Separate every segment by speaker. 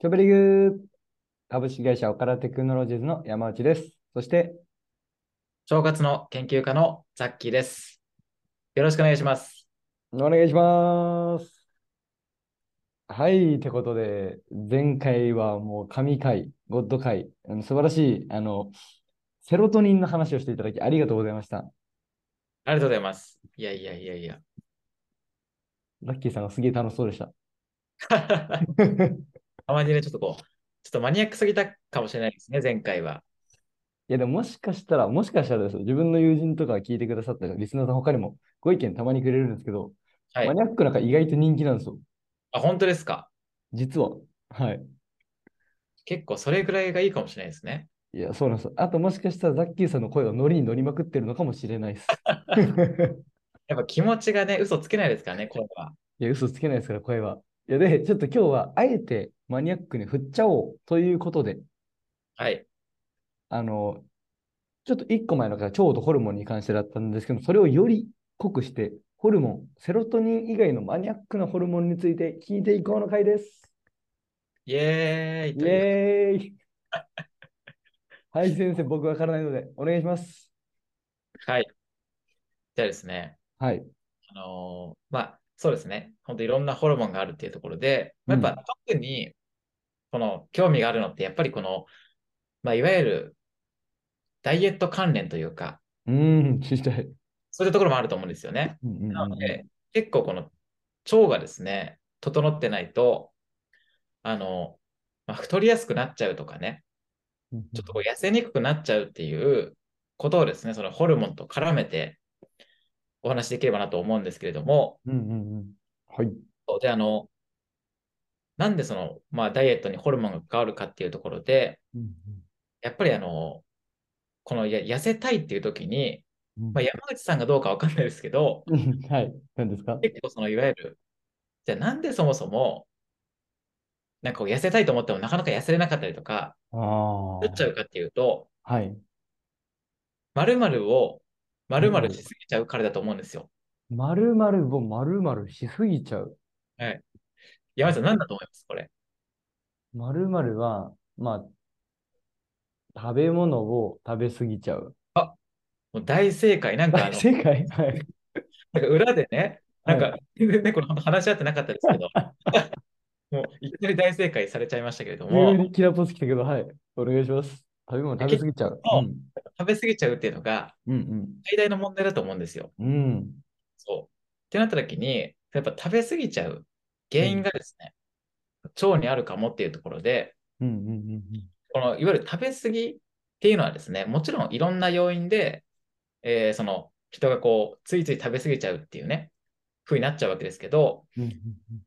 Speaker 1: キョベリグ株式会社オカラテクノロジーズの山内です。そして、
Speaker 2: 正月の研究家のザッキーです。よろしくお願いします。
Speaker 1: お願いします。はい、ってことで、前回はもう神回、ゴッド回、あの素晴らしい、あの、セロトニンの話をしていただきありがとうございました。
Speaker 2: ありがとうございます。いやいやいやいや。
Speaker 1: ラッキーさんがすげえ楽しそうでした。
Speaker 2: たまにね、ちょっとこう、ちょっとマニアックすぎたかもしれないですね、前回は。
Speaker 1: いや、でももしかしたら、もしかしたらですよ自分の友人とか聞いてくださったリスナーさん他にもご意見たまにくれるんですけど、
Speaker 2: はい
Speaker 1: マニアックなんか意外と人気なんですよ。
Speaker 2: あ、本当ですか
Speaker 1: 実は。はい。
Speaker 2: 結構それぐらいがいいかもしれないですね。
Speaker 1: いや、そうなんですよ。あともしかしたらザッキーさんの声がノリに乗りまくってるのかもしれないです。
Speaker 2: やっぱ気持ちがね、嘘つけないですからね、これは。
Speaker 1: いや、嘘つけないですから、声は。いや、で、ちょっと今日はあえてマニアックに振っちゃおうということで、
Speaker 2: はい。
Speaker 1: あの、ちょっと一個前のから腸とホルモンに関してだったんですけど、それをより濃くして、ホルモン、セロトニン以外のマニアックなホルモンについて聞いていこうの回です。
Speaker 2: イエーイ
Speaker 1: イ
Speaker 2: という
Speaker 1: エー イはい、先生、僕わからないので、お願いします。
Speaker 2: はい。じゃあですね、
Speaker 1: はい。
Speaker 2: あのーまあ、そうですね。本当いろんなホルモンがあるっていうところで、まあ
Speaker 1: うん
Speaker 2: やっぱ特に、この興味があるのって、やっぱりこの、まあ、いわゆる、ダイエット関連というか、
Speaker 1: うーん、知りたい。
Speaker 2: そういったところもあると思うんですよね。
Speaker 1: うんうんうん
Speaker 2: なので、結構この腸がですね、整ってないと、あの、まあ、太りやすくなっちゃうとかね、
Speaker 1: うん
Speaker 2: ちょっとこう痩せにくくなっちゃうっていうことをですね、そのホルモンと絡めてお話しできればなと思うんですけれども、
Speaker 1: うんうんうん。はい。
Speaker 2: そうで、あの、なんでその、まあ、ダイエットにホルモンが関わるかっていうところで、やっぱりあの、このや痩せたいっていう時に、まあ、山口さんがどうかわかんないですけど、
Speaker 1: うんはい。何ですか
Speaker 2: 結構そのいわゆる、じゃあなんでそもそも、なんかこう痩せたいと思ってもなかなか痩せれなかったりとか、
Speaker 1: あ
Speaker 2: なっちゃうかっていうと、
Speaker 1: あ。はい。
Speaker 2: 〇〇を〇〇しすぎちゃうからだと思うんですよ。
Speaker 1: まるまるをまるまるしすぎちゃう。
Speaker 2: 山口さん、何だと思いますこれ。
Speaker 1: まるまるは、まあ、食べ物を食べすぎちゃう。
Speaker 2: もう大正解。なんかあの、
Speaker 1: 正解はい。
Speaker 2: なんか裏でね、なん
Speaker 1: は
Speaker 2: か、全 然ね、この話し合ってなかったですけど、 もういきなり大正解されちゃいましたけれど
Speaker 1: 急
Speaker 2: も、
Speaker 1: にキラポス来たけど、はい。お願いします。食べ物食べすぎちゃう。
Speaker 2: 構食べ過ぎちゃうっていうのが
Speaker 1: うん
Speaker 2: 最大の問題だと思うんですよ。
Speaker 1: うん。うん。
Speaker 2: そう。ってなった時に、やっぱ食べ過ぎちゃう原因がですね、腸にあるかもっていうところで、
Speaker 1: うんうんうん
Speaker 2: このいわゆる食べ過ぎっていうのはですね、もちろんいろんな要因で、えーその人がこう、ついつい食べ過ぎちゃうっていうね、風になっちゃうわけですけど、
Speaker 1: うん。うん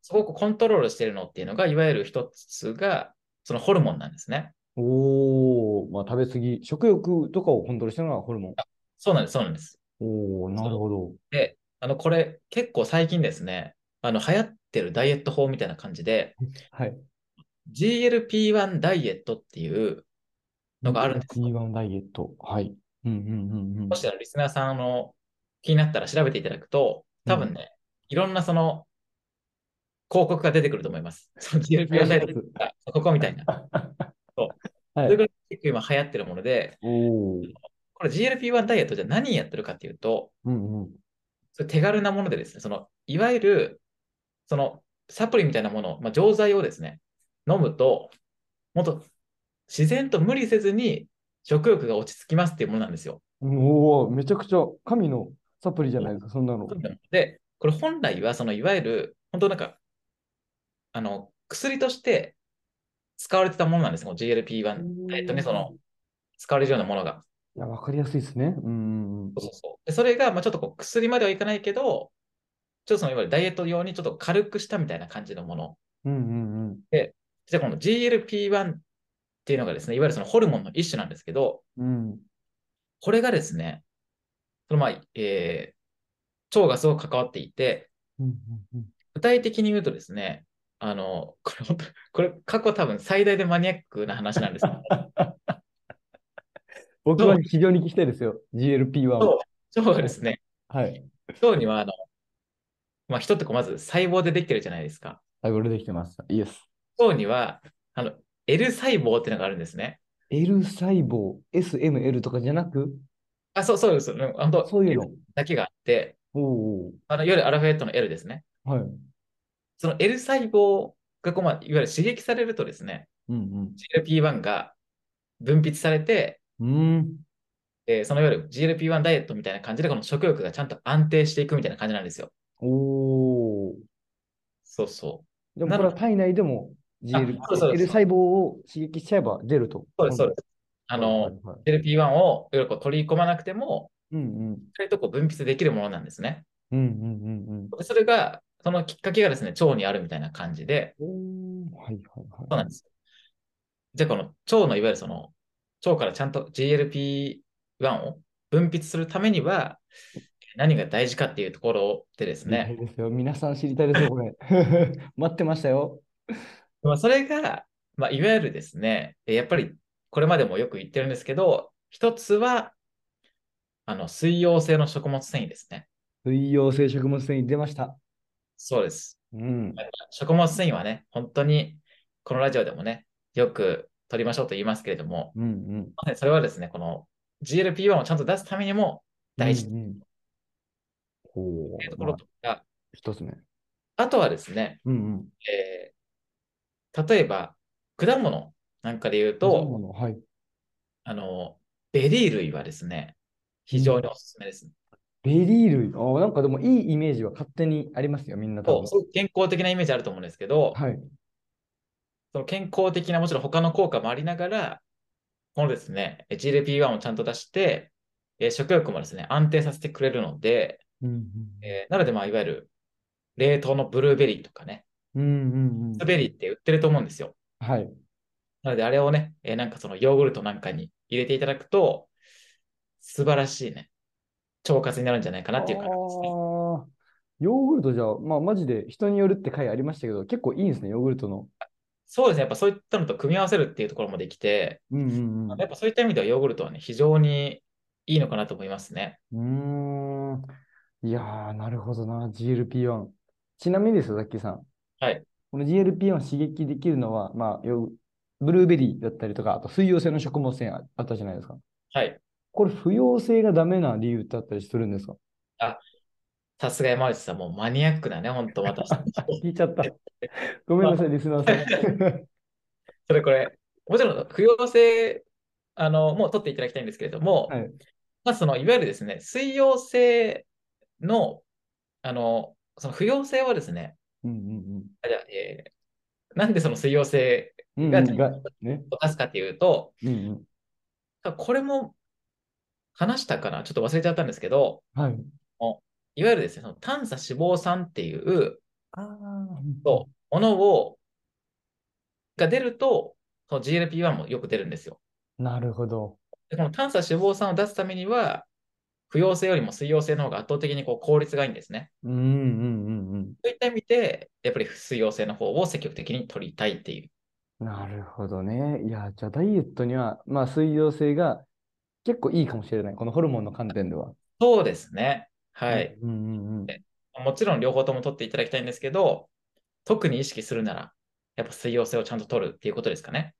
Speaker 2: すごくコントロールしてるのっていうのが、いわゆる一つが、そのホルモンなんですね。
Speaker 1: おー、まあ食べすぎ。食欲とかをコントロールしてるのがホルモン。
Speaker 2: そうなんです、そうなんです。
Speaker 1: おー、なるほど。
Speaker 2: で、あの、これ、結構最近ですね、あの、流行ってるダイエット法みたいな感じで、
Speaker 1: はい。
Speaker 2: GLP-1 ダイエットっていうのがあるんですよ。
Speaker 1: P1 ダイエット。はい。うんうんうんうん
Speaker 2: も。しあのリスナーさんあの気になったら調べていただくと、多分ね、いろんなその広告が出てくると思います。その GLP-1 ダイエットとか、ここみたいな。
Speaker 1: は
Speaker 2: それ
Speaker 1: い。
Speaker 2: ぐらい結構今流行ってるもので、
Speaker 1: おー。
Speaker 2: これ GLP-1 ダイエットじゃ何やってるかっていうと、
Speaker 1: うんうん。
Speaker 2: それ手軽なものでですね、そのいわゆるそのサプリみたいなもの、まあ、錠剤をですね、飲むと、もっと自然と無理せずに食欲が落ち着きますっていうものなんですよ。
Speaker 1: おお、めちゃくちゃ神のサプリじゃないですか、そんなの。
Speaker 2: で、これ本来はそのいわゆる、本当なんか、あの薬として使われてたものなんですよ、この GLP-1 ダイエットね、その使われるようなものが。
Speaker 1: いや、わかりやすいですね。うんうんうん。
Speaker 2: そうそうそうでそれが、まあ、ちょっとこう薬まではいかないけど、ちょっとそのいわゆるダイエット用にちょっと軽くしたみたいな感じのもの。
Speaker 1: うんうんうん。
Speaker 2: じゃあこの GLP-1 っていうのがですね、いわゆるそのホルモンの一種なんですけど、
Speaker 1: うん。
Speaker 2: これがですね、そのまあ、えー腸がすごく関わっていて、
Speaker 1: うんうんうん
Speaker 2: 具体的に言うとですね、あの、これ本当、これ過去多分最大でマニアックな話なんですけ
Speaker 1: 僕は非常に聞きたいですよ、GLP-1 は。
Speaker 2: ど、腸がですね、
Speaker 1: はい。
Speaker 2: 腸にはあの、まあ、人ってこうまず細胞でできてるじゃないですか。
Speaker 1: はい、これできてます。イエス。
Speaker 2: 腸にはあの、L 細胞っていうのがあるんですね。
Speaker 1: L 細胞、SML とかじゃなく、
Speaker 2: あ、そう、そうです。うん、本当
Speaker 1: そういうの。
Speaker 2: だけがあって、
Speaker 1: おう
Speaker 2: あの、いわゆるアルファベットの L ですね。
Speaker 1: おう。はい。
Speaker 2: その L 細胞がこう、まあ、いわゆる刺激されるとですね、
Speaker 1: うん
Speaker 2: GLP-1 が分泌されて、
Speaker 1: うん。うん。
Speaker 2: えーそのいわゆる GLP-1 ダイエットみたいな感じで、この食欲がちゃんと安定していくみたいな感じなんですよ。
Speaker 1: おお。
Speaker 2: そうそう。
Speaker 1: でもこれは体内でも GL
Speaker 2: あそうそうそう
Speaker 1: L 細胞を刺激しちゃえば出ると。
Speaker 2: そうです、そうです。
Speaker 1: は
Speaker 2: あ
Speaker 1: い
Speaker 2: の、
Speaker 1: はいはい
Speaker 2: GLP-1 をいろいろこう取り込まなくても、
Speaker 1: うんうん。
Speaker 2: しっかりとこう分泌できるものなんですね。
Speaker 1: うんうんうんうん。
Speaker 2: でそれが、そのきっかけがですね、腸にあるみたいな感じで、
Speaker 1: おーはいはいはい。
Speaker 2: そうなんです。じゃあ、この腸のいわゆるその、腸からちゃんと GLP-1 を分泌するためには、何が大事かっていうところでです
Speaker 1: 知りた
Speaker 2: ね、
Speaker 1: いですよ。皆さん知りたいですよ、これ。 待ってましたよ。
Speaker 2: まあ、それが、まあ、いわゆるですね、えやっぱりこれまでもよく言ってるんですけど、一つは、あの、水溶性の食物繊維ですね。
Speaker 1: 水溶性食物繊維出ました。
Speaker 2: そうです。
Speaker 1: うん。
Speaker 2: 食物繊維はね、本当にこのラジオでもね、よく取りましょうと言いますけれども、
Speaker 1: うんうん。
Speaker 2: まさにそれはですね、この GLP-1 をちゃんと出すためにも大事っ
Speaker 1: うんうん。ほ
Speaker 2: ていうと
Speaker 1: う。
Speaker 2: こ
Speaker 1: ま
Speaker 2: ろ
Speaker 1: あ
Speaker 2: とか、
Speaker 1: 一つ目。
Speaker 2: あとはですね、
Speaker 1: うんうん。
Speaker 2: えー例えば果物なんかで言う
Speaker 1: 果
Speaker 2: と、
Speaker 1: 物はい。
Speaker 2: あの、ベリー類はですね、非常におすすめです。
Speaker 1: ベリー類。あーなんかでもいいイメージは勝手にありますよ、みんな多
Speaker 2: そ
Speaker 1: 分
Speaker 2: うすごく健康的なイメージあると思うんですけど、
Speaker 1: はい。
Speaker 2: その健康的なもちろん他の効果もありながら、このですね、GLP-1 をちゃんと出して、えー食欲もですね、安定させてくれるので、
Speaker 1: うんうん。
Speaker 2: えーなので、まあ、いわゆる冷凍のブルーベリーとかね、
Speaker 1: うんうんうん
Speaker 2: ブルーベリーって売ってると思うんですよ。
Speaker 1: はい。
Speaker 2: なので、あれをね、えーなんかそのヨーグルトなんかに入れていただくと、素晴らしいね、腸活になるんじゃないかなっていう感じですね。
Speaker 1: あーヨーグルトじゃあ、まあ、マジで人によるって回ありましたけど、結構いいんですね、ヨーグルトの。
Speaker 2: そうですね、やっぱそういったのと組み合わせるっていうところもできて、
Speaker 1: うんうんうん。
Speaker 2: やっぱそういった意味ではヨーグルトはね、非常にいいのかなと思いますね。
Speaker 1: うーん。いやー、なるほどな、GLP-1。ちなみにですよ、ザッキーさん。
Speaker 2: はい。
Speaker 1: この GLP-1 を刺激できるのは、まあ、よブルーベリーだったりとか、あと水溶性の食物繊維ああったじゃないですか。
Speaker 2: はい。
Speaker 1: これ、不溶性がダメな理由ってあったりするんですか
Speaker 2: さすが山内さん、もうマニアックだね、本当私。
Speaker 1: 聞いちゃった。ごめんなさい、リスナーさん。
Speaker 2: それこれ、もちろん、不溶性、あの、もう取っていただきたいんですけれども、
Speaker 1: はい
Speaker 2: まあ、その、いわゆるですね、水溶性の、あの、その不溶性はですね、
Speaker 1: うんうん
Speaker 2: あじゃあえーなんでその水溶性
Speaker 1: うん。うんう
Speaker 2: が
Speaker 1: ん、が、ね。
Speaker 2: を出すかっていうと、
Speaker 1: うん
Speaker 2: これも話したかな、ちょっと忘れちゃったんですけど、
Speaker 1: うん。はい。
Speaker 2: いわゆるですね、その短鎖脂肪酸っていう
Speaker 1: ああ。
Speaker 2: そうものを、が出ると、その GLP-1 もよく出るんですよ。
Speaker 1: なるほど。
Speaker 2: でこの短鎖脂肪酸を出すためには、不溶性よりも水溶性の方が圧倒的にこう効率がいいんですね。
Speaker 1: うんうんうんうん。
Speaker 2: そういった意味で、やっぱり水溶性の方を積極的に取りたいっていう。
Speaker 1: なるほどね。いや、じゃあダイエットには、まあ、水溶性が結構いいかもしれない。このホルモンの観点では。
Speaker 2: そうですね。はい。。
Speaker 1: うんうんうん。
Speaker 2: もちろん両方とも取っていただきたいんですけど、特に意識するなら、やっぱ水溶性をちゃんと取るっていうことですかね。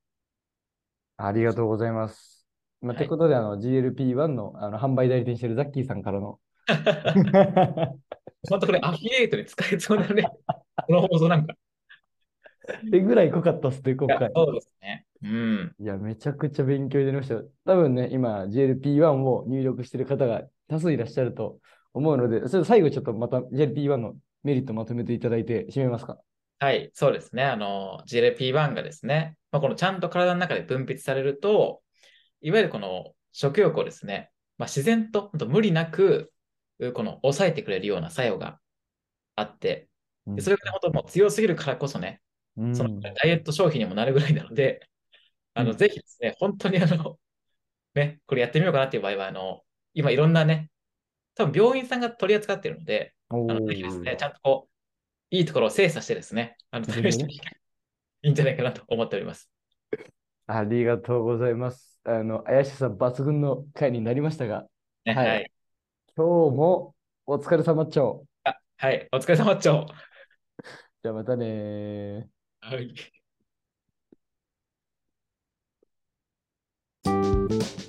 Speaker 1: ありがとうございます。まあ、
Speaker 2: はい
Speaker 1: ということで、あの、GLP-1 の、あの販売代理店してるザッキーさんから の。
Speaker 2: 本当これアフィリエイトに使えそうだね。 この放送なんか。
Speaker 1: えぐらい濃かったっすね、今回。
Speaker 2: そうですね。うん。
Speaker 1: いや、めちゃくちゃ勉強になりましたよ。多分ね、今、GLP-1 を入力してる方が多数いらっしゃると思うので、それ最後ちょっとまた GLP-1 のメリットまとめていただいて、締めますか。
Speaker 2: はい、そうですね。あの、GLP-1 がですね、まあ、このちゃんと体の中で分泌されると、いわゆるこの食欲をですね、まあ、自然とほんと無理なく、うこの抑えてくれるような作用があって、でそれがね、本当もう強すぎるからこそね、
Speaker 1: うん、
Speaker 2: そのダイエット商品にもなるぐらいなので、あ
Speaker 1: う
Speaker 2: の、
Speaker 1: ん
Speaker 2: ぜひですね、本当にあの、ね、これやってみようかなっていう場合は、あの、今いろんなね、多分病院さんが取り扱っているので、
Speaker 1: お
Speaker 2: あの
Speaker 1: ー
Speaker 2: ぜひですね、ちゃんとこう、いいところを精査してですね、あの、
Speaker 1: なるほどね
Speaker 2: 試してみていいんじゃないかなと思っております。
Speaker 1: ありがとうございます。あの、怪しさ抜群の回になりましたが、
Speaker 2: ね
Speaker 1: はい
Speaker 2: はい。
Speaker 1: 今日もお疲れ様っちょ。
Speaker 2: はい。お疲れ様っちょ。
Speaker 1: じゃあまたねー。
Speaker 2: はい。
Speaker 1: う。